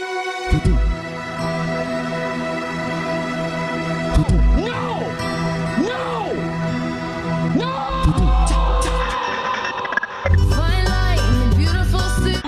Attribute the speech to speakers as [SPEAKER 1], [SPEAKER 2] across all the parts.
[SPEAKER 1] Dudu. Dudu.
[SPEAKER 2] No! No! No!
[SPEAKER 1] Dudu.
[SPEAKER 3] Fine line, beautiful suit.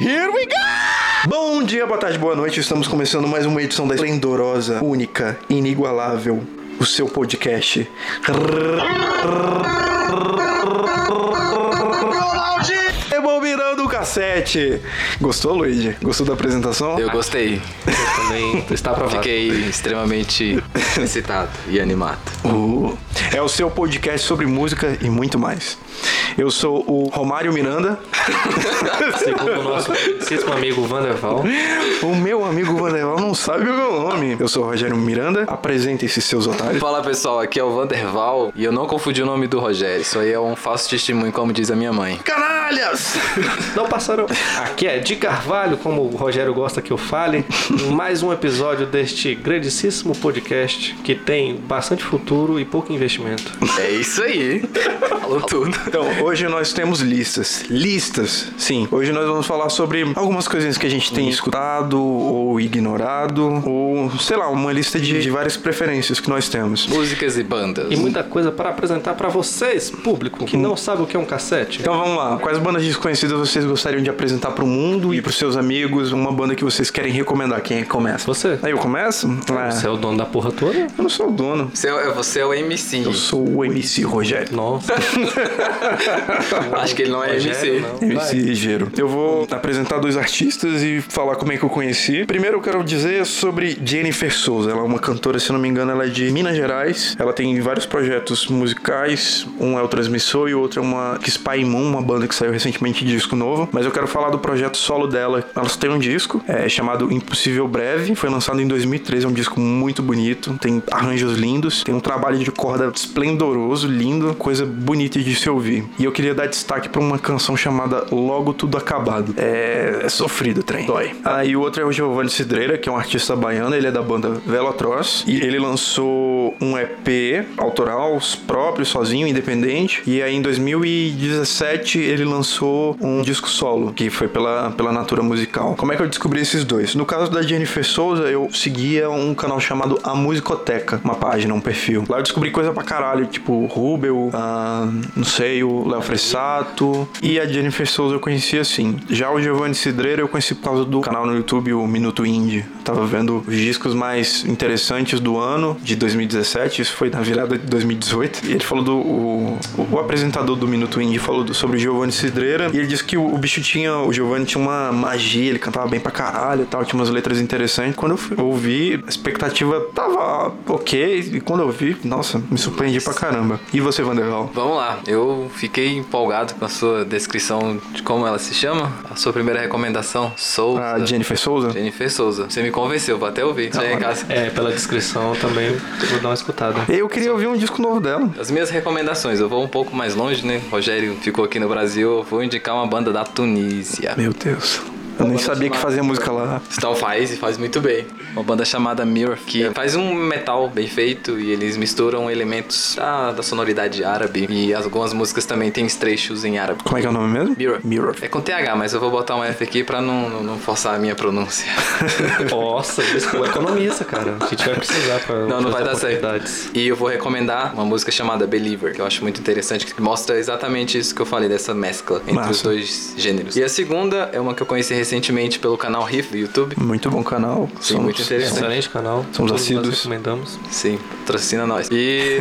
[SPEAKER 4] Here we go! Bom dia, boa tarde, boa noite. Estamos começando mais uma edição da esplendorosa, única, inigualável, o seu podcast. É Rebobinando o cassete. Gostou, Luigi? Gostou da apresentação?
[SPEAKER 5] Eu gostei. Eu também.
[SPEAKER 6] Tá
[SPEAKER 5] Está aprovado. Fiquei extremamente excitado e animado.
[SPEAKER 4] Uh, é o seu podcast sobre música e muito mais. Eu sou o Romário Miranda,
[SPEAKER 6] Segundo o nosso queridíssimo amigo Vanderval.
[SPEAKER 4] o meu amigo Vanderval não sabe o meu nome. Eu sou o Rogério Miranda, apresentem-se seus otários.
[SPEAKER 5] Fala pessoal, aqui é o Vanderval e eu não confundi o nome do Rogério. Isso aí é um falso testemunho, como diz a minha mãe.
[SPEAKER 4] Canalhas!
[SPEAKER 6] Não passaram. Aqui é de Carvalho, como o Rogério gosta que eu fale. em Mais um episódio deste grandíssimo podcast que tem bastante futuro e pouco investimento.
[SPEAKER 5] É isso aí. Falou tudo.
[SPEAKER 4] Então, hoje nós temos listas. Listas, sim. Hoje nós vamos falar sobre algumas coisinhas que a gente tem escutado ou ignorado, ou sei lá, uma lista de, de várias preferências que nós temos.
[SPEAKER 5] Músicas e bandas.
[SPEAKER 6] E muita coisa para apresentar para vocês, público, que não sabe o que é um cassete.
[SPEAKER 4] Então vamos lá, quais bandas desconhecidas vocês gostariam de apresentar pro mundo e pros seus amigos? Uma banda que vocês querem recomendar? Quem é que começa?
[SPEAKER 6] Você.
[SPEAKER 4] Aí eu começo? Ah,
[SPEAKER 6] Você é o dono da porra toda?
[SPEAKER 4] Eu não sou o dono.
[SPEAKER 5] Você é, você é o MC.
[SPEAKER 4] Eu sou o MC Rogério.
[SPEAKER 6] Nossa.
[SPEAKER 5] Acho que ele não é
[SPEAKER 6] Rogério,
[SPEAKER 5] MC.
[SPEAKER 6] não.
[SPEAKER 4] MC ligeiro. Eu vou apresentar dois artistas e falar como é que eu conheci. Primeiro eu quero dizer sobre Jennifer Souza. Ela é uma cantora, se não me engano, ela é de Minas Gerais. Ela tem vários projetos musicais. Um é o Transmissor e o outro é uma que Spy Moon, uma banda que saiu recentemente de disco novo. Mas eu quero falar do projeto solo dela. Elas têm um disco é, chamado Impossível Breve. Foi lançado em 2013. É um disco muito bonito. Tem arranjos lindos. Tem um trabalho de corda esplendoroso, lindo. Coisa bonita de se ouvir. E eu queria dar destaque pra um uma canção chamada Logo Tudo Acabado. É, é sofrido o trem. Dói. Aí o outro é o Giovanni Cidreira, que é um artista baiano. Ele é da banda Velotroz. E ele lançou um EP autoral, próprio, sozinho, independente. E aí em 2017 ele lançou um disco solo, que foi pela, pela Natura Musical. Como é que eu descobri esses dois? No caso da Jennifer Souza, eu seguia um canal chamado A Musicoteca, uma página, um perfil. Lá eu descobri coisa pra caralho, tipo Rubel, ah, não sei, o Léo Fressato. E a Jennifer Souza eu conheci assim. Já o Giovanni Cidreira eu conheci por causa do canal no YouTube, o Minuto Indie. Eu tava vendo os discos mais interessantes do ano de 2017, isso foi na virada de 2018. E ele falou do. O, o apresentador do Minuto Indie falou do- sobre o Giovanni Cidreira. E ele disse que o, o bicho tinha. O Giovanni tinha uma magia, ele cantava bem pra caralho e tal, tinha umas letras interessantes. Quando eu fui ouvi, a expectativa tava ok. E quando eu vi, nossa, me surpreendi pra caramba. E você, Vanderval?
[SPEAKER 5] Vamos lá, eu fiquei empolgado com a sua descrição de como ela se chama. A sua primeira recomendação, Souza.
[SPEAKER 4] A Ah, Jennifer Souza?
[SPEAKER 5] Jennifer Souza. Você me convenceu, vou até ouvir. Já em casa.
[SPEAKER 6] É, pela descrição também vou dar uma escutada.
[SPEAKER 4] Eu queria ouvir um disco novo dela.
[SPEAKER 5] As minhas recomendações, eu vou um pouco mais longe, né? O Rogério ficou aqui no Brasil, eu vou indicar uma banda da Tunísia.
[SPEAKER 4] Meu Deus. Eu nem sabia que fazia música lá.
[SPEAKER 5] Então faz e faz muito bem. Uma banda chamada Mirror, que faz um metal bem feito e eles misturam elementos da, da sonoridade árabe. E algumas músicas também têm trechos em árabe.
[SPEAKER 4] Como é que é o nome mesmo?
[SPEAKER 5] Mirror.
[SPEAKER 4] Mirror.
[SPEAKER 5] É com TH, mas eu vou botar um F aqui pra não, não, não forçar a minha pronúncia.
[SPEAKER 6] Nossa, isso é economista, cara. A gente vai precisar para
[SPEAKER 5] Não, não vai dar
[SPEAKER 6] oportunidades.
[SPEAKER 5] certo. E eu vou recomendar uma música chamada Believer, que eu acho muito interessante, que mostra exatamente isso que eu falei, dessa mescla entre
[SPEAKER 4] Massa.
[SPEAKER 5] os dois gêneros. E a segunda é uma que eu conheci recentemente pelo canal Riff do YouTube.
[SPEAKER 4] Muito bom canal.
[SPEAKER 5] Sim, muito interessante.
[SPEAKER 6] Excelente canal.
[SPEAKER 4] Somos
[SPEAKER 6] Todos nós
[SPEAKER 4] assíduos.
[SPEAKER 6] recomendamos.
[SPEAKER 5] Sim, patrocina nós. E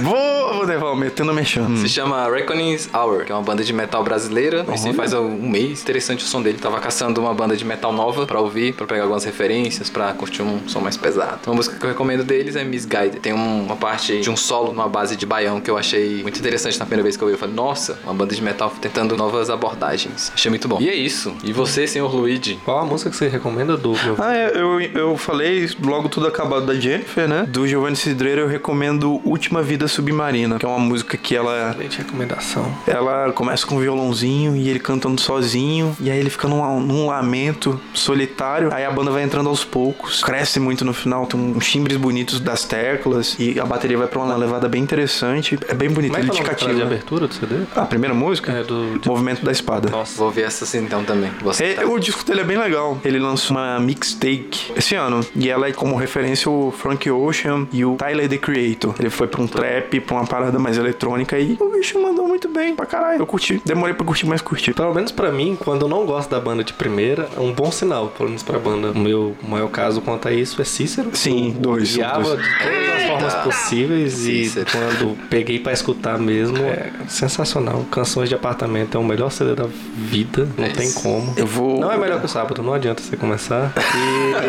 [SPEAKER 4] Vou, Vanderval, metendo mexendo.
[SPEAKER 5] se chama Reckoning's Hour, que é uma banda de metal brasileira. Conheci
[SPEAKER 4] Olha.
[SPEAKER 5] faz um mês. Interessante o som dele. Tava caçando uma banda de metal nova pra ouvir, pra pegar algumas referências, pra curtir um som mais pesado. Uma música que eu recomendo deles é Misguided. Tem um- uma parte de um solo numa base de baião que eu achei muito interessante na primeira vez que eu ouvi. Eu falei, nossa, uma banda de metal tentando novas abordagens. Achei muito bom. E é isso. E você, Você, senhor Luigi.
[SPEAKER 6] Qual a música que você recomenda, Doug?
[SPEAKER 4] Ah, é, eu, eu falei logo tudo acabado da Jennifer, né? Do Giovanni Cidreira eu recomendo Última Vida Submarina, que é uma música que ela
[SPEAKER 6] Excelente recomendação.
[SPEAKER 4] ela começa com um violãozinho e ele cantando sozinho, e aí ele fica num, num lamento solitário, aí a banda vai entrando aos poucos, cresce muito no final, tem um, uns timbres bonitos das teclas, e a bateria vai pra uma levada bem interessante, é bem bonito,
[SPEAKER 6] Como é
[SPEAKER 4] ele
[SPEAKER 6] que
[SPEAKER 4] te
[SPEAKER 6] é o nome daquela de
[SPEAKER 4] cativa.
[SPEAKER 6] abertura do CD?
[SPEAKER 4] A primeira música?
[SPEAKER 6] É, Tá. do- de-
[SPEAKER 4] Movimento da Espada.
[SPEAKER 6] Nossa.
[SPEAKER 5] Vou ouvir essa assim, então também. Você
[SPEAKER 4] É, o disco dele é bem legal. Ele lançou uma mixtape esse ano. E ela é como referência o Frank Ocean e o Tyler The Creator. Ele foi pra um trap, pra uma parada mais eletrônica e o bicho mandou muito bem pra caralho. Eu curti. Demorei pra curtir, mas curti.
[SPEAKER 6] Pelo menos pra mim, quando eu não gosto da banda de primeira, é um bom sinal, pelo menos pra banda. O meu maior caso quanto a isso é Cícero.
[SPEAKER 4] Sim, dois, são
[SPEAKER 6] Guiava
[SPEAKER 4] dois.
[SPEAKER 6] de todas as formas possíveis
[SPEAKER 5] Cícero.
[SPEAKER 6] e quando peguei pra escutar mesmo, é sensacional. Canções de apartamento é o melhor CD da vida, não
[SPEAKER 5] É
[SPEAKER 6] tem
[SPEAKER 5] isso.
[SPEAKER 6] como.
[SPEAKER 4] Eu vou-
[SPEAKER 6] Não é melhor que o sábado, não adianta você começar.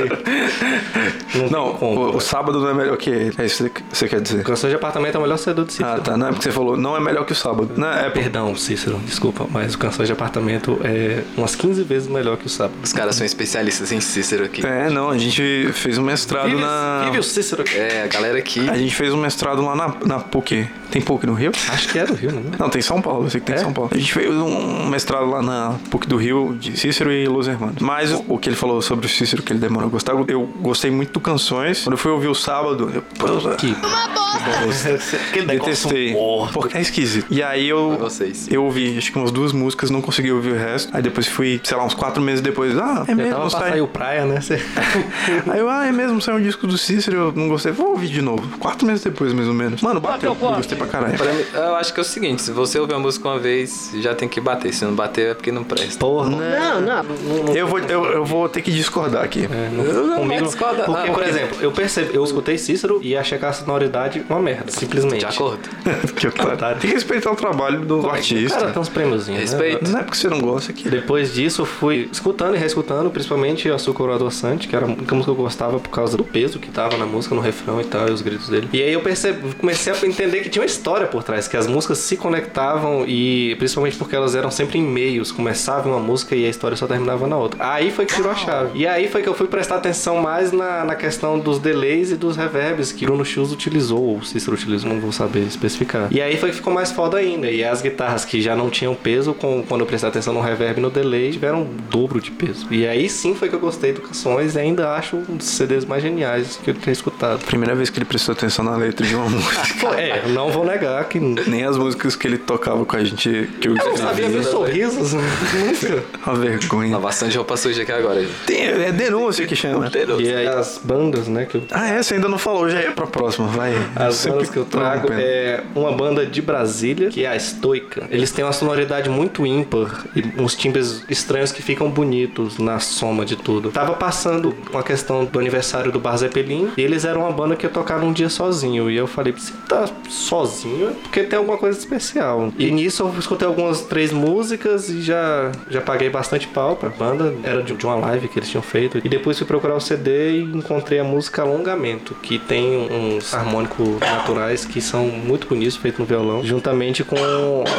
[SPEAKER 6] E... não, tem como.
[SPEAKER 4] o, o
[SPEAKER 6] velho.
[SPEAKER 4] sábado não é melhor que ele. É isso que você quer dizer.
[SPEAKER 6] Canções de apartamento é o melhor CD do Cícero.
[SPEAKER 4] Ah, tá. Não é porque você falou, não é melhor que o sábado. Não, é porque
[SPEAKER 6] Perdão, Cícero, desculpa, mas o Canções de Apartamento é umas 15 vezes melhor que o sábado.
[SPEAKER 5] Os caras são especialistas em Cícero aqui.
[SPEAKER 4] É, não, a gente fez um mestrado
[SPEAKER 6] Vive,
[SPEAKER 4] na.
[SPEAKER 6] vive o Cícero.
[SPEAKER 5] É, a galera aqui.
[SPEAKER 4] A gente fez um mestrado lá na, na PUC. Tem PUC no Rio?
[SPEAKER 6] Acho que é do Rio, né?
[SPEAKER 4] Não, tem São Paulo, eu sei que tem
[SPEAKER 6] É?
[SPEAKER 4] São Paulo. A gente fez um mestrado lá na PUC do Rio, de Cícero e Los Hermanos. Mas o, o que ele falou sobre o Cícero, que ele demorou a gostar, eu gostei muito do Canções. Quando eu fui ouvir o sábado, eu... Pô,
[SPEAKER 6] Que
[SPEAKER 3] Uma bosta.
[SPEAKER 6] é Aquele
[SPEAKER 4] Detestei. Porque é esquisito. E aí eu.
[SPEAKER 5] Pra vocês.
[SPEAKER 4] Eu ouvi, acho que umas duas músicas, não consegui ouvir o resto. Aí depois fui, sei lá, uns quatro meses depois. Ah, é
[SPEAKER 6] Já tava
[SPEAKER 4] mesmo,
[SPEAKER 6] pra
[SPEAKER 4] sai.
[SPEAKER 6] sair o praia, né? Cê-
[SPEAKER 4] Aí eu, ah, é mesmo, saiu um disco do Cícero, eu não gostei. Vou ouvir de novo. Quatro meses depois, mais ou menos. Mano, bateu. Eu gostei pra caralho.
[SPEAKER 5] Pra mim, eu acho que é o seguinte, se você ouvir a música uma vez, já tem que bater. Se não bater, é porque não presta.
[SPEAKER 6] Porra. Não, não. não,
[SPEAKER 4] Eu vou, eu, eu vou ter que discordar aqui.
[SPEAKER 6] É. comigo,
[SPEAKER 5] discorda.
[SPEAKER 6] porque,
[SPEAKER 5] Ah,
[SPEAKER 6] por
[SPEAKER 5] ok.
[SPEAKER 6] exemplo, eu percebi, eu escutei Cícero e achei que a sonoridade uma merda, simplesmente.
[SPEAKER 5] De acordo?
[SPEAKER 4] que otário. Tem que respeitar o trabalho do artista.
[SPEAKER 6] Tá, Cara, tem uns prêmiozinhos, né?
[SPEAKER 5] Respeito.
[SPEAKER 4] Não é porque você não gosta que.
[SPEAKER 6] Depois disso, eu fui escutando e reescutando, principalmente Açúcar ou Adoçante, que era a única música que eu gostava por causa do peso que tava na música, no refrão e tal, e os gritos dele. E aí eu percebi, comecei a entender que tinha uma história por trás, que as músicas se conectavam e principalmente porque elas eram sempre em meios, começava uma música e a história só terminava na outra. Aí foi que tirou a chave. E aí foi é que eu fui prestar atenção mais na, na questão dos delays e dos reverbs que Bruno Schultz utilizou, ou Cícero utilizou, não vou saber especificar. E aí foi que ficou mais foda ainda. E as guitarras que já não tinham peso, com, quando eu prestei atenção no reverb e no delay, tiveram o dobro de peso. E aí sim foi que eu gostei do Canções e ainda acho um dos CDs mais geniais que eu tenho escutado.
[SPEAKER 4] Primeira vez que ele prestou atenção na letra de uma música.
[SPEAKER 6] Pô, é, eu não vou negar que...
[SPEAKER 4] Nem as músicas que ele tocava com a gente que eu
[SPEAKER 6] Eu sabia ver sorrisos nunca.
[SPEAKER 4] Uma
[SPEAKER 6] Tá,
[SPEAKER 4] vergonha.
[SPEAKER 5] Lavação de roupa suja aqui agora, gente.
[SPEAKER 4] Tem- é denúncia que chama.
[SPEAKER 6] E aí as bandas, né, que eu
[SPEAKER 4] Ah, é, você ainda não falou, já é pra próxima, vai.
[SPEAKER 6] As
[SPEAKER 4] Sempre
[SPEAKER 6] bandas que eu trago
[SPEAKER 4] interrompendo.
[SPEAKER 6] é uma banda de Brasília, que é a Estoica. Eles têm uma sonoridade muito ímpar e uns timbres estranhos que ficam bonitos na soma de tudo. Tava passando uma questão do aniversário do Bar Zeppelin e eles eram uma banda que eu tocava um dia sozinho. E eu falei, se tá sozinho é porque tem alguma coisa especial. E nisso eu escutei algumas três músicas e já, já paguei bastante pau pra banda. Era de, de uma live que eles tinham feito. E depois fui procurar o CD e encontrei a música Alongamento, que tem uns harmônicos naturais que são muito bonitos, feitos no violão, juntamente com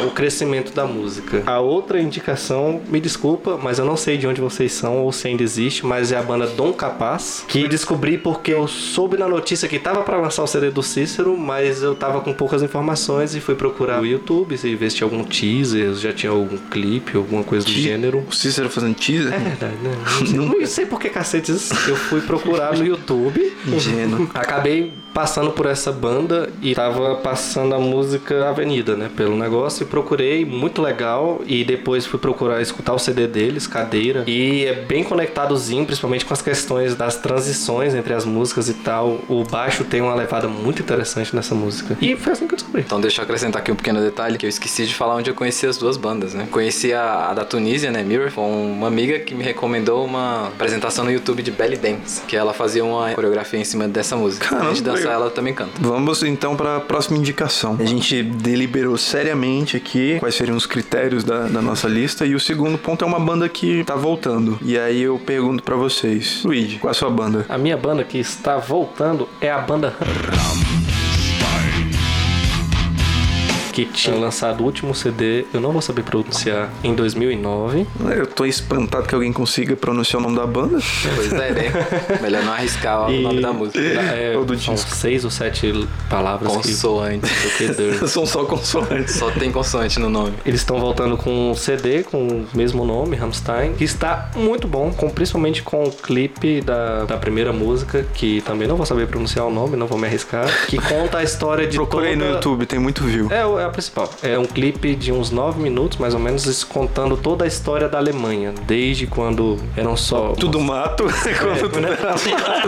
[SPEAKER 6] o crescimento da música. A outra indicação, me desculpa, mas eu não sei de onde vocês são ou se ainda existe, mas é a banda Dom Capaz, que eu descobri porque eu soube na notícia que tava pra lançar o CD do Cícero, mas eu tava com poucas informações e fui procurar no YouTube se ver se tinha algum teaser, se já tinha algum clipe, alguma coisa do gênero.
[SPEAKER 4] O Cícero fazendo teaser?
[SPEAKER 6] É verdade, né? Não sei, não sei por que cacetes eu fui procurar no YouTube.
[SPEAKER 4] Ingênuo.
[SPEAKER 6] Acabei passando por essa banda e tava passando a música Avenida, né? Pelo negócio e procurei, muito legal. E depois fui procurar escutar o CD deles, Cadeira. E é bem conectadozinho, principalmente com as questões das transições entre as músicas e tal. O baixo tem uma levada muito interessante nessa música. E foi assim que eu descobri.
[SPEAKER 5] Então deixa eu acrescentar aqui um pequeno detalhe que eu esqueci de falar onde eu conheci as duas bandas, né? Conheci a, a da Tunísia, né, Mirror, foi uma amiga que me recomendou uma apresentação no YouTube de Belly Dance, que ela fazia uma coreografia em cima dessa música.
[SPEAKER 4] Caramba,
[SPEAKER 5] Além de dançar,
[SPEAKER 4] legal.
[SPEAKER 5] ela também canta.
[SPEAKER 4] Vamos então para a próxima indicação. A gente deliberou seriamente aqui quais seriam os critérios da, da nossa lista. E o segundo ponto é uma banda que tá voltando. E aí eu pergunto pra vocês: Luigi, qual é a sua banda?
[SPEAKER 6] A minha banda que está voltando é a banda que tinha lançado o último CD, eu não vou saber pronunciar, em 2009.
[SPEAKER 4] Eu tô espantado que alguém consiga pronunciar o nome da banda.
[SPEAKER 5] Pois é, né? Melhor não arriscar o
[SPEAKER 6] E-
[SPEAKER 5] nome da música.
[SPEAKER 6] É,
[SPEAKER 4] Ou do
[SPEAKER 6] são
[SPEAKER 4] disco.
[SPEAKER 6] seis ou sete palavras
[SPEAKER 5] Consoante.
[SPEAKER 6] que... Consoante.
[SPEAKER 4] São só consoantes.
[SPEAKER 5] Só tem consoante no nome.
[SPEAKER 6] Eles estão voltando com um CD com o mesmo nome, Rammstein, que está muito bom, com, principalmente com o clipe da, da primeira música, que também não vou saber pronunciar o nome, não vou me arriscar, que conta a história de
[SPEAKER 4] Procura aí no
[SPEAKER 6] toda-
[SPEAKER 4] YouTube, tem muito view.
[SPEAKER 6] É, o- é a principal. É um clipe de uns 9 minutos, mais ou menos, isso contando toda a história da Alemanha, desde quando eram só
[SPEAKER 4] Tudo mato.
[SPEAKER 6] É, né?
[SPEAKER 4] Quando tudo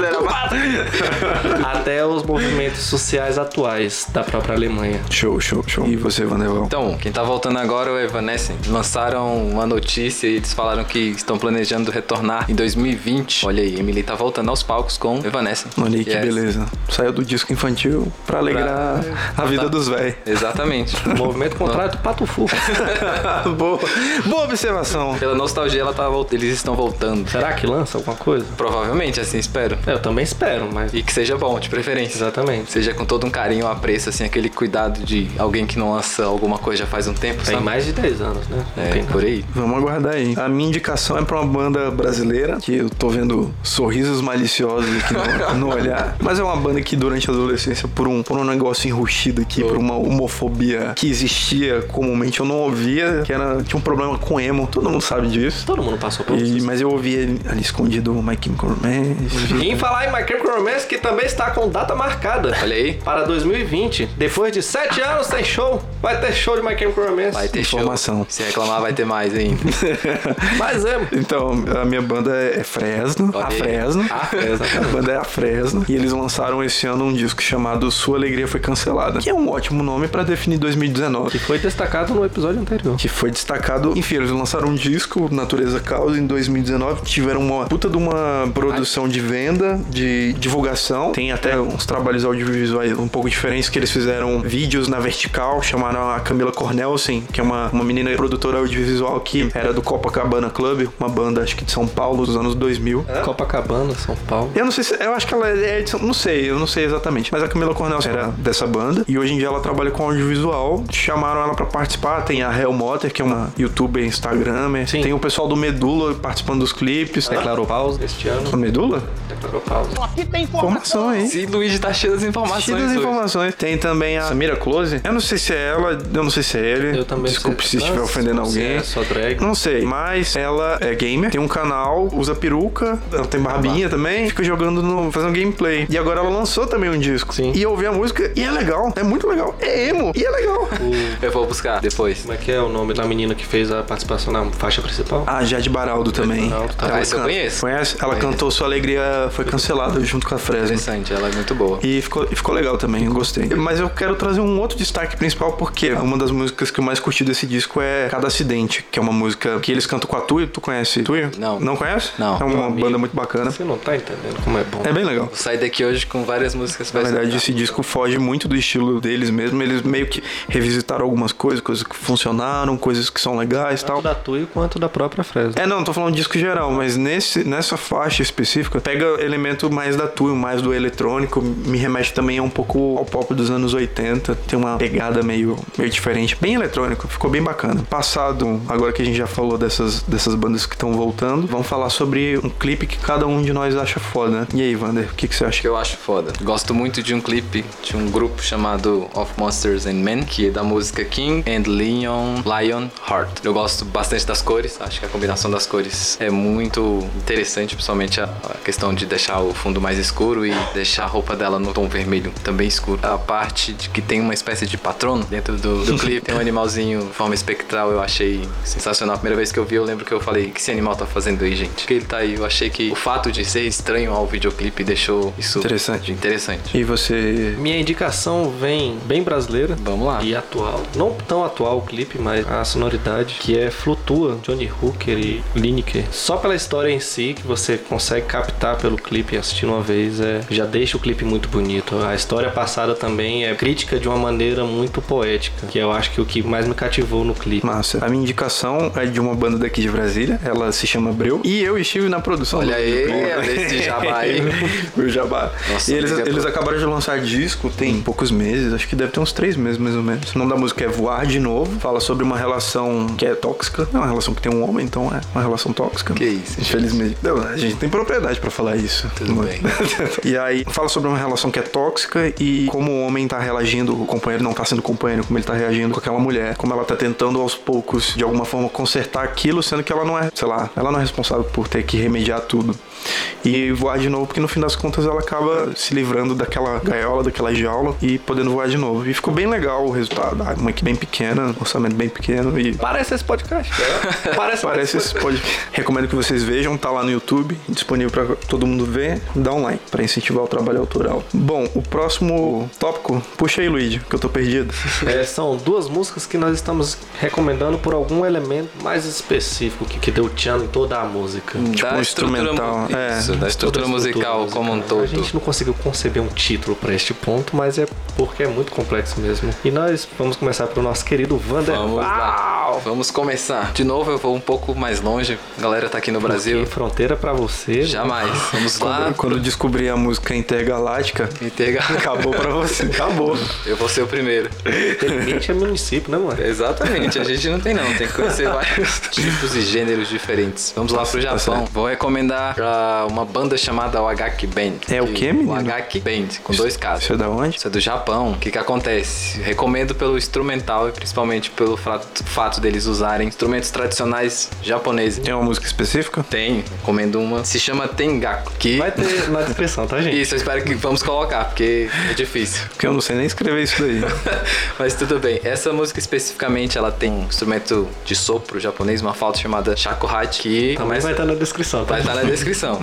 [SPEAKER 4] era
[SPEAKER 6] até os movimentos sociais atuais da própria Alemanha.
[SPEAKER 4] Show, show, show. E você, Vanderval?
[SPEAKER 5] Então, quem tá voltando agora é o Evanescent. Lançaram uma notícia e eles falaram que estão planejando retornar em 2020. Olha aí, Emily tá voltando aos palcos com Evanescent.
[SPEAKER 4] Olha aí que
[SPEAKER 5] Yes.
[SPEAKER 4] beleza. Saiu do disco infantil pra alegrar a vida dos véi.
[SPEAKER 5] Exatamente.
[SPEAKER 6] Movimento contrário do Pato Fu.
[SPEAKER 4] Ah, boa, boa observação.
[SPEAKER 5] Pela nostalgia, ela tá voltando. Eles estão voltando.
[SPEAKER 6] Será que lança alguma coisa?
[SPEAKER 5] Provavelmente, assim, espero.
[SPEAKER 6] É, Eu também espero, mas.
[SPEAKER 5] E que seja bom, de preferência.
[SPEAKER 6] Exatamente.
[SPEAKER 5] Seja com todo um carinho, um apreço, assim, aquele cuidado de alguém que não lança alguma coisa já faz um tempo,
[SPEAKER 6] Tem
[SPEAKER 5] sabe?
[SPEAKER 6] mais de 10 anos, né? Não
[SPEAKER 5] É,
[SPEAKER 6] tem
[SPEAKER 5] por aí.
[SPEAKER 4] Vamos aguardar aí. A minha indicação é pra uma banda brasileira, que eu tô vendo sorrisos maliciosos aqui no, no olhar. Mas é uma banda que durante a adolescência, por um, por um negócio enrustido aqui, por uma homofobia que existia comumente, eu não ouvia, que era, tinha um problema com emo. Todo mundo sabe disso.
[SPEAKER 6] Todo mundo passou por
[SPEAKER 4] E-
[SPEAKER 6] isso.
[SPEAKER 4] mas eu ouvia ali escondido o My Chemical Romance.
[SPEAKER 6] Quem falar em My Chemical Romance, que também está com data marcada.
[SPEAKER 5] Olha aí.
[SPEAKER 6] Para 2020, depois de 7 anos tem show. Vai ter show de My Chemical Romance.
[SPEAKER 5] Vai ter show.
[SPEAKER 4] Informação.
[SPEAKER 5] Se reclamar, vai ter mais ainda.
[SPEAKER 6] Mas é,
[SPEAKER 4] Então, a minha banda é Fresno.
[SPEAKER 5] Olha
[SPEAKER 4] A
[SPEAKER 5] aí.
[SPEAKER 4] Fresno.
[SPEAKER 6] Ah,
[SPEAKER 5] A Fresno.
[SPEAKER 4] A banda é a Fresno. E eles lançaram esse ano um disco chamado Sua Alegria Foi Cancelada. Que é um ótimo nome pra definir 2019.
[SPEAKER 6] que foi destacado no episódio anterior.
[SPEAKER 4] Que foi destacado. Enfim, eles lançaram um disco, Natureza Causa, em 2019. Tiveram uma puta de uma produção de venda, de divulgação. Tem até uns trabalhos audiovisuais um pouco diferentes que eles fizeram vídeos na vertical. Chamaram a Camila Cornelsen, que é uma, uma menina produtora audiovisual que era do Copacabana Club, uma banda acho que de São Paulo dos anos 2000.
[SPEAKER 6] Copacabana, São Paulo.
[SPEAKER 4] Eu não sei se. Eu acho que ela é de São- Não sei, eu não sei exatamente. Mas a Camila Cornel era dessa banda. E hoje em dia ela trabalha com audiovisual. Chamaram ela pra participar. Tem a Hell Motter, que é uma youtuber, instagramer.
[SPEAKER 6] Sim.
[SPEAKER 4] Tem o pessoal do Medula participando dos clipes.
[SPEAKER 6] Declarou pausa este ano.
[SPEAKER 4] O Medula?
[SPEAKER 6] Declarou pausa.
[SPEAKER 4] Informação aí.
[SPEAKER 5] Se Luigi tá cheio das informações.
[SPEAKER 4] Cheio das
[SPEAKER 5] hoje.
[SPEAKER 4] informações. Tem também a Samira Close. Eu não sei se é ela, eu não sei se é ele.
[SPEAKER 6] Eu também
[SPEAKER 4] Desculpe
[SPEAKER 6] sei-
[SPEAKER 4] se estiver
[SPEAKER 6] Nossa,
[SPEAKER 4] ofendendo
[SPEAKER 6] você
[SPEAKER 4] alguém.
[SPEAKER 6] é só drag.
[SPEAKER 4] Não sei, mas ela é gamer, tem um canal, usa peruca, ela tem barbinha também, fica jogando, no, fazendo gameplay. E agora ela lançou também um disco.
[SPEAKER 6] Sim.
[SPEAKER 4] E eu ouvi a música e é legal, é muito legal. É emo e é legal.
[SPEAKER 5] Eu vou buscar depois.
[SPEAKER 6] Como é que é o nome da menina que fez a participação na faixa principal?
[SPEAKER 4] A Ah, Jade Baraldo também.
[SPEAKER 6] Baraldo, tá.
[SPEAKER 4] Ela
[SPEAKER 5] Ah, essa eu
[SPEAKER 4] canta-
[SPEAKER 5] conheço.
[SPEAKER 4] Conhece? Ela
[SPEAKER 5] Conheço.
[SPEAKER 4] cantou Sua Alegria Foi Cancelada junto com a Fresno.
[SPEAKER 5] Interessante, ela é muito boa.
[SPEAKER 4] E ficou, e ficou legal também, eu gostei. Mas eu quero trazer um outro destaque principal, porque uma das músicas que eu mais curti desse disco é Cada Acidente, que é uma música que eles cantam com a Tuyo. Tu conhece Tuyo?
[SPEAKER 5] Não.
[SPEAKER 4] Não conhece?
[SPEAKER 5] Não.
[SPEAKER 4] É uma
[SPEAKER 6] amigo.
[SPEAKER 4] banda muito bacana.
[SPEAKER 6] Você não tá entendendo como é bom.
[SPEAKER 4] É bem legal.
[SPEAKER 5] Vou sair daqui hoje com várias músicas
[SPEAKER 4] Na
[SPEAKER 5] pra
[SPEAKER 4] verdade,
[SPEAKER 5] escutar.
[SPEAKER 4] esse disco foge muito do estilo deles mesmo. Eles meio que revisitaram algumas coisas, coisas que funcionaram, coisas que são legais e tal.
[SPEAKER 6] Tanto da Tui quanto da própria Fresno.
[SPEAKER 4] É, não, tô falando disco geral, mas nesse, nessa faixa específica, pega elemento mais da Tui, mais do eletrônico, me remete também um pouco ao pop dos anos 80, tem uma pegada meio, meio diferente, bem eletrônico, ficou bem bacana. Passado, agora que a gente já falou dessas, dessas bandas que estão voltando, vamos falar sobre um clipe que cada um de nós acha foda, né? E aí, Vander, o que, que você acha?
[SPEAKER 5] que eu acho foda. Gosto muito de um clipe de um grupo chamado Of Monsters and Men, que é da música King and Leon Lion Heart. Eu gosto bastante das cores, acho que a combinação das cores é muito interessante, principalmente a a questão de deixar o fundo mais escuro e deixar a roupa dela no tom vermelho também escuro. A parte de que tem uma espécie de patrono dentro do, do clipe, tem um animalzinho de forma espectral, eu achei sensacional. A primeira vez que eu vi, eu lembro que eu falei, "O que esse animal tá fazendo aí, gente? Por Que ele tá aí, eu achei que o fato de ser estranho ao videoclipe deixou isso
[SPEAKER 4] Interessante.
[SPEAKER 5] Interessante.
[SPEAKER 4] E você.
[SPEAKER 6] Minha indicação vem bem brasileira.
[SPEAKER 5] Vamos lá.
[SPEAKER 6] E atual. Não tão atual o clipe, mas a sonoridade que é Flutua, Johnny Hooker e Lineker. Só pela história em si que você consegue captar pelo clipe e assistir uma vez, é, já deixa o clipe muito bonito. A história passada também é crítica de uma maneira muito poética, que eu acho que é o que mais me cativou no clipe.
[SPEAKER 4] Massa. A minha indicação é de uma banda daqui de Brasília, ela se chama Breu, e eu estive na produção.
[SPEAKER 5] Olha
[SPEAKER 4] do-
[SPEAKER 5] aí,
[SPEAKER 4] do clipe.
[SPEAKER 5] desse jabá aí.
[SPEAKER 4] o Jabá.
[SPEAKER 5] Nossa,
[SPEAKER 4] e eles,
[SPEAKER 5] obrigado.
[SPEAKER 4] eles acabaram de lançar disco tem poucos meses, acho que deve ter uns três meses mais mais ou menos. O nome da música é Voar de Novo. Fala sobre uma relação que é tóxica. É uma relação que tem um homem, então é uma relação tóxica.
[SPEAKER 5] Que isso,
[SPEAKER 4] Infelizmente. Não, a gente tem propriedade pra falar isso.
[SPEAKER 5] Tudo bem.
[SPEAKER 4] e aí, fala sobre uma relação que é tóxica e como o homem tá reagindo, o companheiro não tá sendo companheiro, como ele tá reagindo com aquela mulher, como ela tá tentando aos poucos, de alguma forma, consertar aquilo, sendo que ela não é, sei lá, ela não é responsável por ter que remediar tudo. E voar de novo, porque no fim das contas ela acaba se livrando daquela gaiola, daquela jaula e podendo voar de novo. E ficou bem legal o resultado. Ah, uma equipe bem pequena, orçamento bem pequeno e
[SPEAKER 6] Parece esse podcast. cara. Parece,
[SPEAKER 4] Parece esse pode. Recomendo que vocês vejam, tá lá no YouTube, disponível pra todo mundo ver. Dá um like pra incentivar o trabalho autoral. Bom, o próximo tópico, puxa aí, Luigi, que eu tô perdido.
[SPEAKER 6] É, são duas músicas que nós estamos recomendando por algum elemento mais específico que, que deu tchan em toda a música.
[SPEAKER 4] Tipo um instrumental,
[SPEAKER 5] mu-
[SPEAKER 4] é.
[SPEAKER 5] Isso, da estrutura musical como um todo.
[SPEAKER 6] A gente não conseguiu conceber um título pra este ponto, mas é porque é muito complexo mesmo. E nós vamos começar pelo nosso querido Vander.
[SPEAKER 5] Vamos lá. Vamos começar. De novo, eu vou um pouco mais longe. A galera tá aqui no Brasil.
[SPEAKER 6] Porque fronteira pra você.
[SPEAKER 5] Jamais. Vamos lá.
[SPEAKER 4] Quando, Ah, quando eu descobri a música intergaláctica,
[SPEAKER 5] Integra-
[SPEAKER 4] acabou pra você. Acabou.
[SPEAKER 5] Eu vou ser o primeiro.
[SPEAKER 6] Intermente é município, né, mano?
[SPEAKER 5] Exatamente, a gente não tem não, tem que conhecer vários tipos e gêneros diferentes. Vamos lá
[SPEAKER 4] Tá
[SPEAKER 5] pro Japão. Vou recomendar pra uma banda chamada Wagaki Band.
[SPEAKER 4] É o quê, menino?
[SPEAKER 5] O Wagaki Band, com dois casos.
[SPEAKER 4] Isso é da onde?
[SPEAKER 5] Isso é do Japão. O que que acontece? Recomendo pelo instrumental e principalmente pelo fato, fato deles usarem instrumentos tradicionais japoneses.
[SPEAKER 4] Tem uma música específica?
[SPEAKER 5] Tem, recomendo uma. Se chama Tengaku. Que...
[SPEAKER 6] Vai ter na descrição, tá, gente?
[SPEAKER 5] Isso, eu espero que vamos colocar, porque é difícil.
[SPEAKER 4] Porque eu não sei nem escrever isso daí.
[SPEAKER 5] Mas tudo bem. Essa música especificamente, ela tem um instrumento de sopro japonês, uma falta chamada shakuhachi, que
[SPEAKER 6] Também vai
[SPEAKER 5] começa...
[SPEAKER 6] estar na descrição, tá?
[SPEAKER 5] Vai estar na descrição.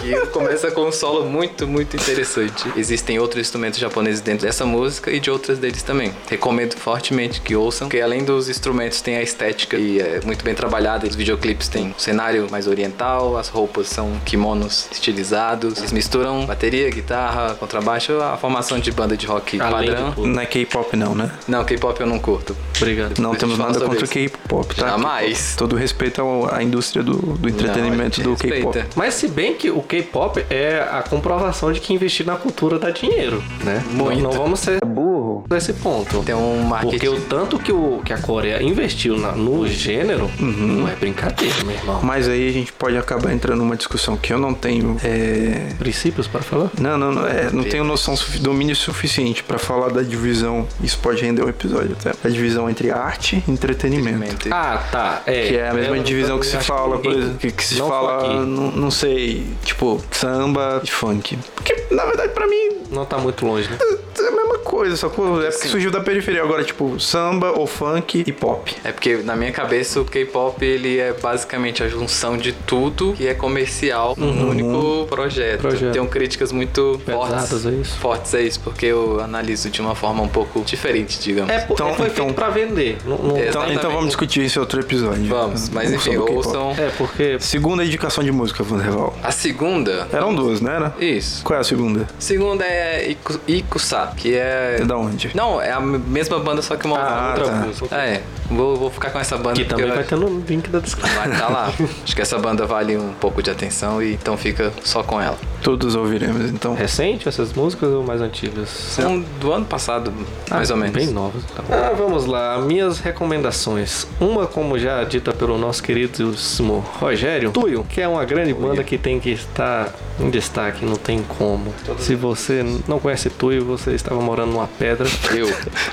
[SPEAKER 5] que começa com um solo muito, muito interessante. Existem outros instrumentos japoneses dentro dessa música e de outras deles também. Recomendo fortemente que ouçam, porque além dos instrumentos tem a estética e é muito bem trabalhada. Os videoclipes têm um cenário mais oriental, as roupas são kimonos estilizados. Eles misturam bateria, guitarra, contrabaixo, a formação de banda de rock
[SPEAKER 6] Além do
[SPEAKER 5] padrão.
[SPEAKER 6] público.
[SPEAKER 4] Não é K-pop, não, né?
[SPEAKER 5] Não, K-pop eu não curto.
[SPEAKER 6] Obrigado.
[SPEAKER 4] Não
[SPEAKER 5] Depois a gente
[SPEAKER 4] temos
[SPEAKER 5] fala
[SPEAKER 4] nada
[SPEAKER 5] sobre
[SPEAKER 4] contra o
[SPEAKER 5] isso.
[SPEAKER 4] K-pop, tá?
[SPEAKER 5] Jamais.
[SPEAKER 4] Todo respeito ao- à indústria do, do entretenimento do
[SPEAKER 5] Não, a gente respeita.
[SPEAKER 4] K-pop.
[SPEAKER 6] Mas se bem que o K-pop é a comprovação de que investir na cultura dá dinheiro, né?
[SPEAKER 5] Muito.
[SPEAKER 6] Não, não vamos ser burro nesse ponto.
[SPEAKER 5] Tem um marketing.
[SPEAKER 6] Porque o tanto que, o, que a Coreia investiu na- no gênero
[SPEAKER 5] Uhum.
[SPEAKER 6] não é brincadeira, meu irmão.
[SPEAKER 4] Mas aí a gente pode acabar entrando numa discussão que eu não tenho. é,
[SPEAKER 6] Princípios para falar?
[SPEAKER 4] Não, não, não, é, não tenho noção, sufi- domínio suficiente pra falar da divisão. Isso pode render um episódio até. A divisão entre arte e entretenimento.
[SPEAKER 5] Mente.
[SPEAKER 6] Ah, tá. É,
[SPEAKER 4] Que é a mesma
[SPEAKER 6] Eu-
[SPEAKER 4] divisão que se
[SPEAKER 6] acho
[SPEAKER 4] fala, por
[SPEAKER 6] ninguém-
[SPEAKER 4] exemplo, que, que se
[SPEAKER 6] não foi
[SPEAKER 4] fala,
[SPEAKER 6] aqui.
[SPEAKER 4] não, não sei, tipo, samba e funk. Porque, na verdade, pra mim,
[SPEAKER 6] Não tá muito longe, né?
[SPEAKER 4] é a mesma coisa, sacou? É porque surgiu da periferia agora, tipo, samba ou funk e pop.
[SPEAKER 5] É porque na minha cabeça o K-pop ele é basicamente a junção de tudo que é comercial num único projeto.
[SPEAKER 6] Uhum. Projeto.
[SPEAKER 5] Tenho críticas muito
[SPEAKER 6] Pesadas
[SPEAKER 5] fortes.
[SPEAKER 6] a isso.
[SPEAKER 5] Fortes a isso, porque eu analiso de uma forma um pouco diferente, digamos.
[SPEAKER 6] É, pô,
[SPEAKER 4] Então-
[SPEAKER 6] foi
[SPEAKER 4] então-
[SPEAKER 6] feito pra vender. Não, não-
[SPEAKER 5] É,
[SPEAKER 4] Então,
[SPEAKER 5] Exatamente.
[SPEAKER 4] então vamos discutir isso em outro episódio.
[SPEAKER 5] Vamos, mas
[SPEAKER 4] Não
[SPEAKER 5] enfim,
[SPEAKER 4] sobre o K-pop.
[SPEAKER 5] ouçam.
[SPEAKER 6] é, porque
[SPEAKER 4] Segunda indicação de música, Vanderval.
[SPEAKER 5] A segunda.
[SPEAKER 6] É
[SPEAKER 4] Eram duas, né? Era?
[SPEAKER 5] Isso.
[SPEAKER 4] Qual é a segunda?
[SPEAKER 5] Segunda é Iku- Ikusa, que é.
[SPEAKER 4] É da onde?
[SPEAKER 5] Não, é a mesma banda, só que uma
[SPEAKER 4] Ah,
[SPEAKER 5] outra.
[SPEAKER 4] tá.
[SPEAKER 6] música.
[SPEAKER 5] É, vou, vou ficar com essa banda.
[SPEAKER 6] que
[SPEAKER 5] porque
[SPEAKER 6] também
[SPEAKER 5] eu
[SPEAKER 6] vai
[SPEAKER 5] acho-
[SPEAKER 6] ter no link da descrição.
[SPEAKER 5] Vai tá lá. Acho que essa banda vale um pouco de atenção e então fica só com ela.
[SPEAKER 4] Todos ouviremos, então.
[SPEAKER 6] É. Recente essas músicas ou mais antigas?
[SPEAKER 5] São Um do ano passado, mais ou menos.
[SPEAKER 6] Bem novas. Ah, vamos lá. Minhas recomendações. Uma, como já dita pelo nosso queridíssimo Rogério, Tuyo, que é uma grande banda que tem que estar em destaque, não tem como. Se você não conhece Tuyo, você estava morando numa pedra.
[SPEAKER 5] Eu.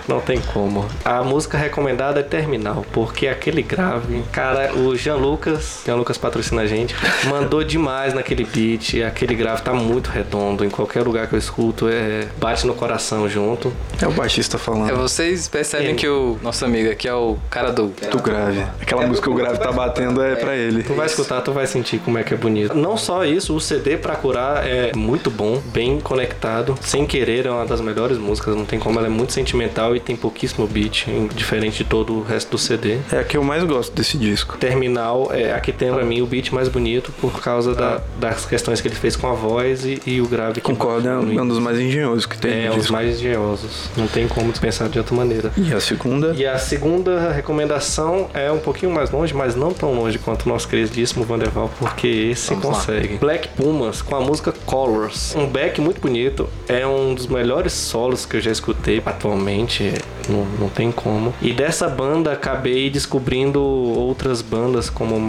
[SPEAKER 6] Não tem como. A música recomendada é Terminal, porque aquele grave. Cara, o Jean Lucas, Jean Lucas patrocina a gente, mandou demais naquele beat. Aquele grave tá muito redondo. Em qualquer lugar que eu escuto, é bate no coração junto.
[SPEAKER 4] É o baixista falando.
[SPEAKER 5] É, vocês percebem
[SPEAKER 6] Ele.
[SPEAKER 5] que o nosso amigo aqui é o cara do.
[SPEAKER 4] Do grave. Aquela música que o grave tá batendo é pra ele.
[SPEAKER 6] Tu vai escutar, tu vai sentir como é que é bonito. Não só isso, o CD pra curar é muito bom, bem conectado. Sem querer, é uma das melhores músicas, não tem como. Ela é muito sentimental e tem pouquíssimo beat, em- diferente de todo o resto do CD.
[SPEAKER 4] É a que eu mais gosto desse disco.
[SPEAKER 6] Terminal, é, aqui tem pra mim o beat mais bonito por causa
[SPEAKER 4] Ah.
[SPEAKER 6] da- das questões que ele fez com a voz e, e o grave que
[SPEAKER 4] Concordo, é um é um dos mais engenhosos que tem
[SPEAKER 6] é,
[SPEAKER 4] no
[SPEAKER 6] os
[SPEAKER 4] disco.
[SPEAKER 6] mais geosos. Não tem como dispensar de outra maneira.
[SPEAKER 4] E a segunda?
[SPEAKER 6] E a segunda recomendação é um pouquinho mais longe, mas não tão longe quanto o nosso queridíssimo Vanderval, porque esse
[SPEAKER 5] Vamos lá.
[SPEAKER 6] consegue. Black Pumas com a música Colors. Um back muito bonito, é um dos melhores solos que eu já escutei atualmente. Não, não tem como. E dessa banda acabei descobrindo outras bandas como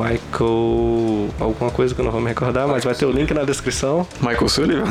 [SPEAKER 6] Michael. alguma coisa que eu não vou me recordar, mas vai ter o link na descrição.
[SPEAKER 4] Michael Sullivan?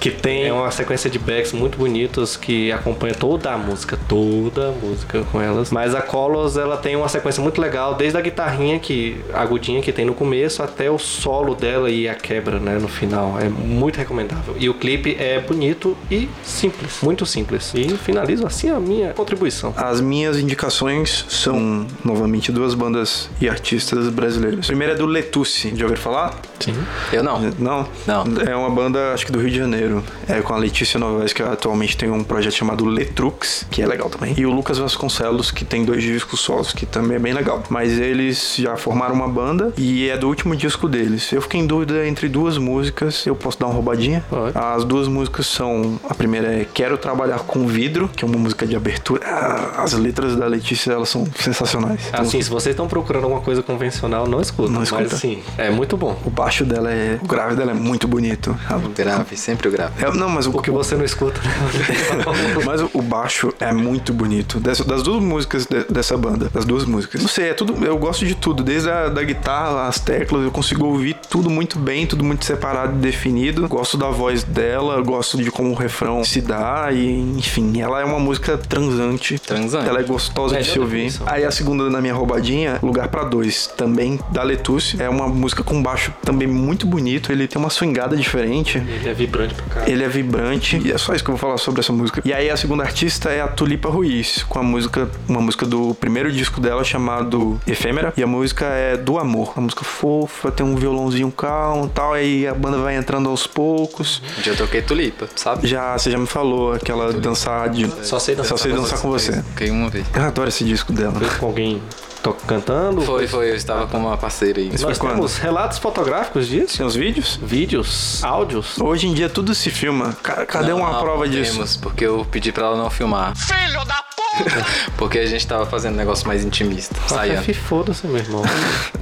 [SPEAKER 6] Que tem É uma sequência de backs muito bonitos que acompanha toda a música, toda a música com elas. Mas a Colors, ela tem uma sequência muito legal, desde a guitarrinha que agudinha que tem no começo até o solo dela e a quebra, né, no final. É muito recomendável. E o clipe é bonito e simples, muito simples. E finalizo assim a minha contribuição.
[SPEAKER 4] As minhas indicações são, novamente, duas bandas e artistas brasileiros. A primeira é do Letusse, já ouviram falar?
[SPEAKER 6] Sim.
[SPEAKER 5] Eu não.
[SPEAKER 4] Não?
[SPEAKER 5] Não.
[SPEAKER 4] É uma banda, acho que do Rio de Janeiro. É com a Letícia Novaes, que atualmente tem um projeto chamado Letrux, que é legal também. E o Lucas Vasconcelos, que tem dois discos solos, que também é bem legal. Mas eles já formaram uma banda e é do último disco deles. Eu fiquei em dúvida entre duas músicas. Eu posso dar uma roubadinha?
[SPEAKER 6] Pode.
[SPEAKER 4] As duas músicas são... A primeira é Quero Trabalhar com Vidro, que é uma música de abertura. Ah, As letras da Letícia, elas são sensacionais. Então,
[SPEAKER 6] Assim, se vocês estão procurando alguma coisa convencional, não escuta.
[SPEAKER 4] Não
[SPEAKER 6] Mas
[SPEAKER 4] escuta.
[SPEAKER 6] assim, é muito bom.
[SPEAKER 4] O baixo dela é... O grave dela é muito bonito.
[SPEAKER 5] O grave, sempre o grave.
[SPEAKER 4] É, não, mas o,
[SPEAKER 6] O que você não escuta, né?
[SPEAKER 4] Mas o baixo é muito bonito. Dessa- das duas músicas de- dessa banda. Das duas músicas. Não sei, é tudo. Eu gosto de tudo. Desde a da guitarra, as teclas, eu consigo ouvir tudo muito bem, tudo muito separado e definido. Gosto da voz dela, gosto de como o refrão se dá. E, enfim, ela é uma música transante.
[SPEAKER 5] Transante.
[SPEAKER 4] Ela é gostosa de se ouvir. Aí a segunda na minha roubadinha, Lugar pra Dois, também da Letusse. É uma música com baixo também muito bonito. Ele tem uma swingada diferente.
[SPEAKER 6] Ele é vibrante pra caralho.
[SPEAKER 4] Ele é vibrante e é só isso que eu vou falar sobre essa música. E aí a segunda artista é a Tulipa Ruiz, com a música, uma música do primeiro disco dela chamado Efêmera, e a música é do amor. Uma música fofa, tem um violãozinho calmo, e tal, aí a banda vai entrando aos poucos.
[SPEAKER 5] Um dia eu toquei tulipa, sabe?
[SPEAKER 4] Já, você já me falou aquela dançar de
[SPEAKER 6] Só sei
[SPEAKER 4] só
[SPEAKER 6] dançar
[SPEAKER 4] sei
[SPEAKER 6] com
[SPEAKER 4] dançar com você.
[SPEAKER 5] Toquei uma vez.
[SPEAKER 4] Eu adoro esse disco dela.
[SPEAKER 6] Foi com alguém to- cantando.
[SPEAKER 5] Foi, foi, eu estava com uma parceira aí.
[SPEAKER 6] Nós
[SPEAKER 4] foi quando?
[SPEAKER 6] temos relatos fotográficos disso,
[SPEAKER 4] Tem os vídeos?
[SPEAKER 6] vídeos, áudios.
[SPEAKER 4] Hoje em dia tudo se filma. Ca- Cadê
[SPEAKER 5] Não,
[SPEAKER 4] uma
[SPEAKER 5] não,
[SPEAKER 4] prova
[SPEAKER 5] não
[SPEAKER 4] disso?
[SPEAKER 5] temos, Ah, porque eu pedi pra ela não filmar. Filho da puta! porque a gente tava fazendo um negócio mais intimista,
[SPEAKER 4] é.
[SPEAKER 6] Ah,
[SPEAKER 5] saindo.
[SPEAKER 6] F, Foda-se, meu irmão.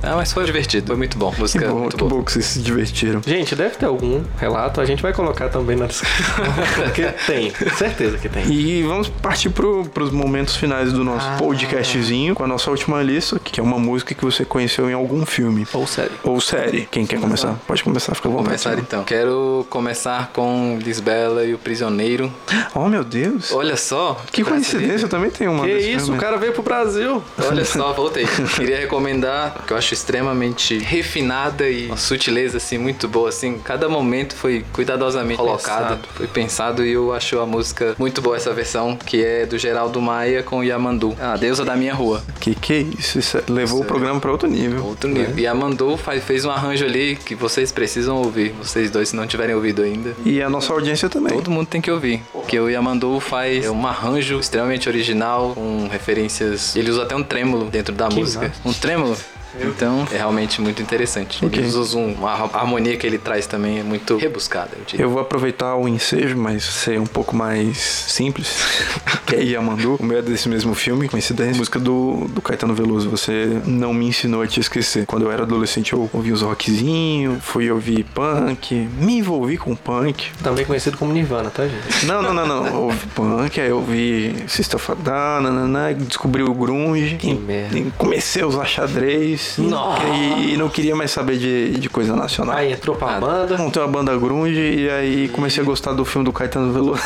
[SPEAKER 5] Ah, mas foi divertido, foi muito bom.
[SPEAKER 4] Que
[SPEAKER 5] Música
[SPEAKER 4] bom,
[SPEAKER 5] muito
[SPEAKER 4] que
[SPEAKER 5] boa.
[SPEAKER 4] bom que vocês se divertiram.
[SPEAKER 6] Gente, deve ter algum relato. A gente vai colocar também na descrição. Porque tem, certeza que tem.
[SPEAKER 4] E vamos partir pro, pros momentos finais do nosso
[SPEAKER 6] Ah.
[SPEAKER 4] podcastzinho com a nossa última lista, que é uma música que você conheceu em algum filme.
[SPEAKER 6] Ou sério.
[SPEAKER 4] Ou série. Quem quer começar? Pode começar, fica à
[SPEAKER 5] Vou
[SPEAKER 4] vontade.
[SPEAKER 5] começar então. Quero começar com Lisbela e o Prisioneiro.
[SPEAKER 4] Oh, meu Deus.
[SPEAKER 5] Olha só.
[SPEAKER 4] que
[SPEAKER 5] brasileiro.
[SPEAKER 4] coincidência, eu também tenho uma
[SPEAKER 6] Que
[SPEAKER 4] desse
[SPEAKER 6] isso, o
[SPEAKER 4] filme.
[SPEAKER 6] cara veio pro Brasil.
[SPEAKER 5] Olha só, voltei. Queria recomendar, que eu acho extremamente refinada e uma sutileza, assim, muito boa, assim. Cada momento foi cuidadosamente colocado,
[SPEAKER 6] Pensado.
[SPEAKER 5] foi pensado e eu acho a música muito boa essa versão, que é do Geraldo Maia com Yamandu. É A deusa da minha rua.
[SPEAKER 4] Que que é isso? Isso é- levou o programa pra outro nível.
[SPEAKER 5] Outro nível. E Yamandu faz, fez um arranjo ali que vocês precisam ouvir, vocês dois, se não tiverem ouvido ainda.
[SPEAKER 4] E a nossa audiência também.
[SPEAKER 5] Todo mundo tem que ouvir. Porque o Yamandu faz um arranjo extremamente original, com referências. Ele usa até um trêmulo dentro da música. Um trêmulo. Então é realmente muito interessante.
[SPEAKER 4] Ok.
[SPEAKER 5] Ele usa um, a har- harmonia que ele traz também é muito rebuscada. Eu diria.
[SPEAKER 4] Eu vou aproveitar o ensejo, mas ser um pouco mais simples. que é Yamandu. O meu é desse mesmo filme, coincidência. Música do, do Caetano Veloso. Você não me ensinou a te esquecer. Quando eu era adolescente, eu ouvi uns rockzinhos, fui ouvir punk, me envolvi com punk.
[SPEAKER 6] Também conhecido como Nirvana, tá, gente?
[SPEAKER 4] Não, não, não, não. Ouvi punk, aí eu ouvi Sister Fadá, nananã, descobri o grunge. Que
[SPEAKER 6] merda.
[SPEAKER 4] Comecei a usar xadrez.
[SPEAKER 6] Nossa.
[SPEAKER 4] E, e não queria mais saber de, de coisa nacional.
[SPEAKER 6] Aí entrou pra banda.
[SPEAKER 4] Montei uma banda grunge e aí comecei a gostar do filme do Caetano Veloso.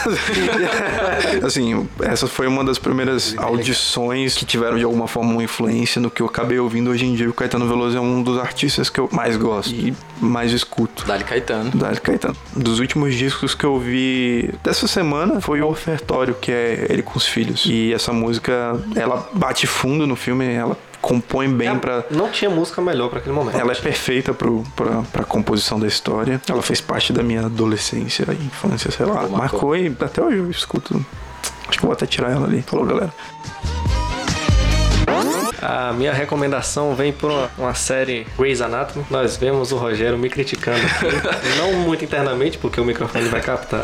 [SPEAKER 4] assim, essa foi uma das primeiras audições que tiveram de alguma forma uma influência no que eu acabei ouvindo hoje em dia. O Caetano Veloso é um dos artistas que eu mais gosto e mais escuto.
[SPEAKER 5] Dali Caetano.
[SPEAKER 4] Da Caetano. Dos últimos discos que eu vi dessa semana foi o Ofertório, que é ele com os filhos. E essa música, ela bate fundo no filme, ela compõe
[SPEAKER 6] É um
[SPEAKER 4] bem pra.
[SPEAKER 6] Não tinha música melhor pra aquele momento.
[SPEAKER 4] Ela é perfeita pro, pra, pra composição da história. Ela fez parte da minha adolescência, infância, sei lá.
[SPEAKER 5] Marcou.
[SPEAKER 4] Marcou e até hoje eu escuto. Acho que eu vou até tirar ela ali. Falou, galera.
[SPEAKER 6] A minha recomendação vem por uma, uma série Grey's Anatomy. Nós vemos o Rogério me criticando aqui. Não muito internamente, porque o microfone vai captar.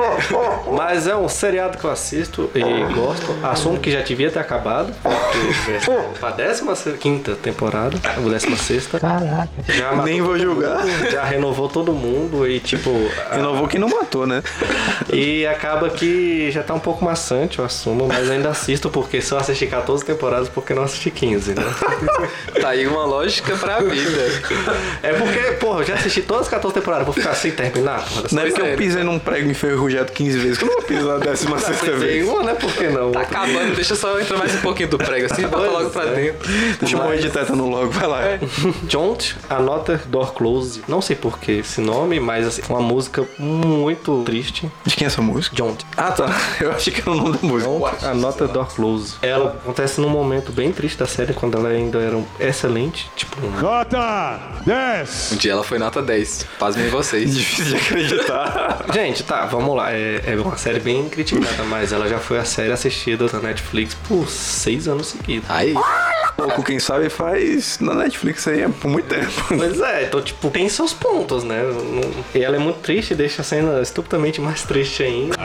[SPEAKER 6] Mas é um seriado que eu assisto e gosto. Assumo que já devia ter acabado. Porque a 15 temporada, ou 16. Caraca. Já matou
[SPEAKER 4] Nem vou julgar.
[SPEAKER 6] já renovou todo mundo e tipo. a-
[SPEAKER 4] Renovou que não matou, né?
[SPEAKER 6] E acaba que já tá um pouco maçante, eu assumo, mas ainda assisto porque se eu assisti 14 temporadas, porque não assisti 15, né?
[SPEAKER 5] Tá aí uma lógica pra vida.
[SPEAKER 6] É porque, porra, eu já assisti todas as 14 temporadas, vou ficar sem terminar, porra.
[SPEAKER 4] Não é
[SPEAKER 5] Pois
[SPEAKER 4] porque
[SPEAKER 5] é.
[SPEAKER 4] eu pisei num prego enferrujado 15 vezes que eu não é vou pisar a 16
[SPEAKER 6] Tem
[SPEAKER 4] vez.
[SPEAKER 6] uma, né? Por que não?
[SPEAKER 5] Tá acabando, deixa só entrar mais um pouquinho do prego assim, bota logo pra
[SPEAKER 6] Pois é.
[SPEAKER 5] dentro.
[SPEAKER 4] Deixa eu morrer de tétano logo, vai lá.
[SPEAKER 6] Jont, anota Door Close. Não sei por que esse nome, mas assim, uma música muito triste.
[SPEAKER 4] De quem é essa música?
[SPEAKER 6] Jont.
[SPEAKER 4] Ah, tá. Eu achei que era o nome da música. é
[SPEAKER 6] Don't, a nota Door Close. Ela acontece num momento bem triste da série, quando ela ainda era um- excelente. Tipo, um-
[SPEAKER 1] Nota 10.
[SPEAKER 5] Um dia ela foi nota 10. Pasmem vocês.
[SPEAKER 4] Difícil de acreditar.
[SPEAKER 6] Gente, tá, vamos lá. É, é uma série bem criticada, mas ela já foi a série assistida na Netflix por seis anos seguidos.
[SPEAKER 5] Aí,
[SPEAKER 4] Pouco, quem sabe, faz na Netflix aí há por muito tempo.
[SPEAKER 6] Pois é, então, tipo, tem seus pontos, né? Não- E ela é muito triste, deixa a cena estupidamente mais triste ainda.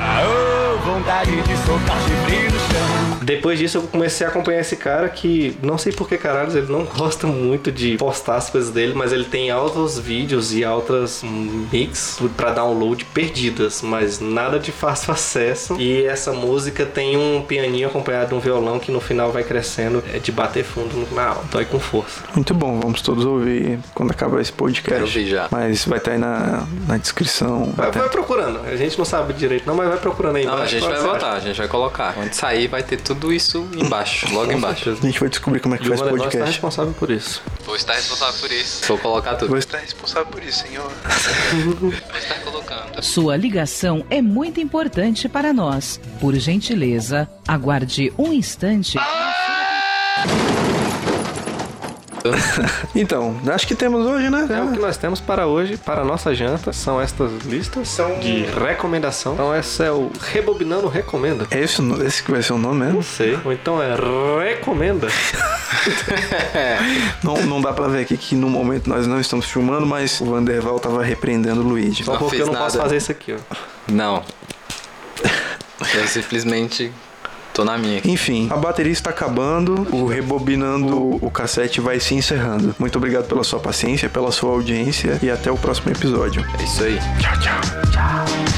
[SPEAKER 6] Depois disso, eu comecei a acompanhar esse cara que, não sei por que caralho, ele não gosta muito de postar as coisas dele, mas ele tem altos vídeos e altas hum, mix pra download perdidas, mas nada de fácil acesso. E essa música tem um pianinho acompanhado de um violão que no final vai crescendo é de bater fundo no final, dói com força.
[SPEAKER 4] Muito bom, vamos todos ouvir quando acabar esse podcast.
[SPEAKER 5] Quero ouvir já.
[SPEAKER 4] Mas vai estar aí na, na descrição.
[SPEAKER 6] Vai,
[SPEAKER 4] Até-
[SPEAKER 6] vai procurando, a gente não sabe direito, não, mas vai procurando aí
[SPEAKER 5] não, a
[SPEAKER 6] embaixo,
[SPEAKER 5] gente vai
[SPEAKER 6] você acha.
[SPEAKER 5] botar, a gente vai colocar. Quando sair, vai ter tudo isso embaixo, logo embaixo.
[SPEAKER 4] A gente vai descobrir como é que
[SPEAKER 6] E o
[SPEAKER 4] faz
[SPEAKER 6] Mano Negócio tá
[SPEAKER 4] podcast.
[SPEAKER 6] responsável por isso.
[SPEAKER 5] Vou estar responsável por isso. Vou colocar tudo.
[SPEAKER 4] Vou estar responsável por isso, senhor.
[SPEAKER 5] Vou estar colocando.
[SPEAKER 7] Sua ligação é muito importante para nós. Por gentileza, aguarde um instante.
[SPEAKER 4] Então, acho que temos hoje, né?
[SPEAKER 6] É o que nós temos para hoje, para a nossa janta. São estas listas de recomendação. Então essa é o Rebobinando Recomenda.
[SPEAKER 4] É esse, o no- esse que vai ser o nome mesmo?
[SPEAKER 6] Não sei. Ou então é Recomenda.
[SPEAKER 4] Não, não dá pra ver aqui que no momento nós não estamos filmando, mas o Vanderval tava repreendendo o Luigi.
[SPEAKER 6] Só
[SPEAKER 5] Não
[SPEAKER 6] porque
[SPEAKER 5] fiz
[SPEAKER 6] eu não posso
[SPEAKER 5] nada.
[SPEAKER 6] fazer isso aqui, ó.
[SPEAKER 5] Não. Eu simplesmente tô na minha.
[SPEAKER 4] Enfim, a bateria está acabando, o Rebobinando o Cassete vai se encerrando. Muito obrigado pela sua paciência, pela sua audiência e até o próximo episódio.
[SPEAKER 5] É isso aí.
[SPEAKER 4] Tchau, tchau. Tchau.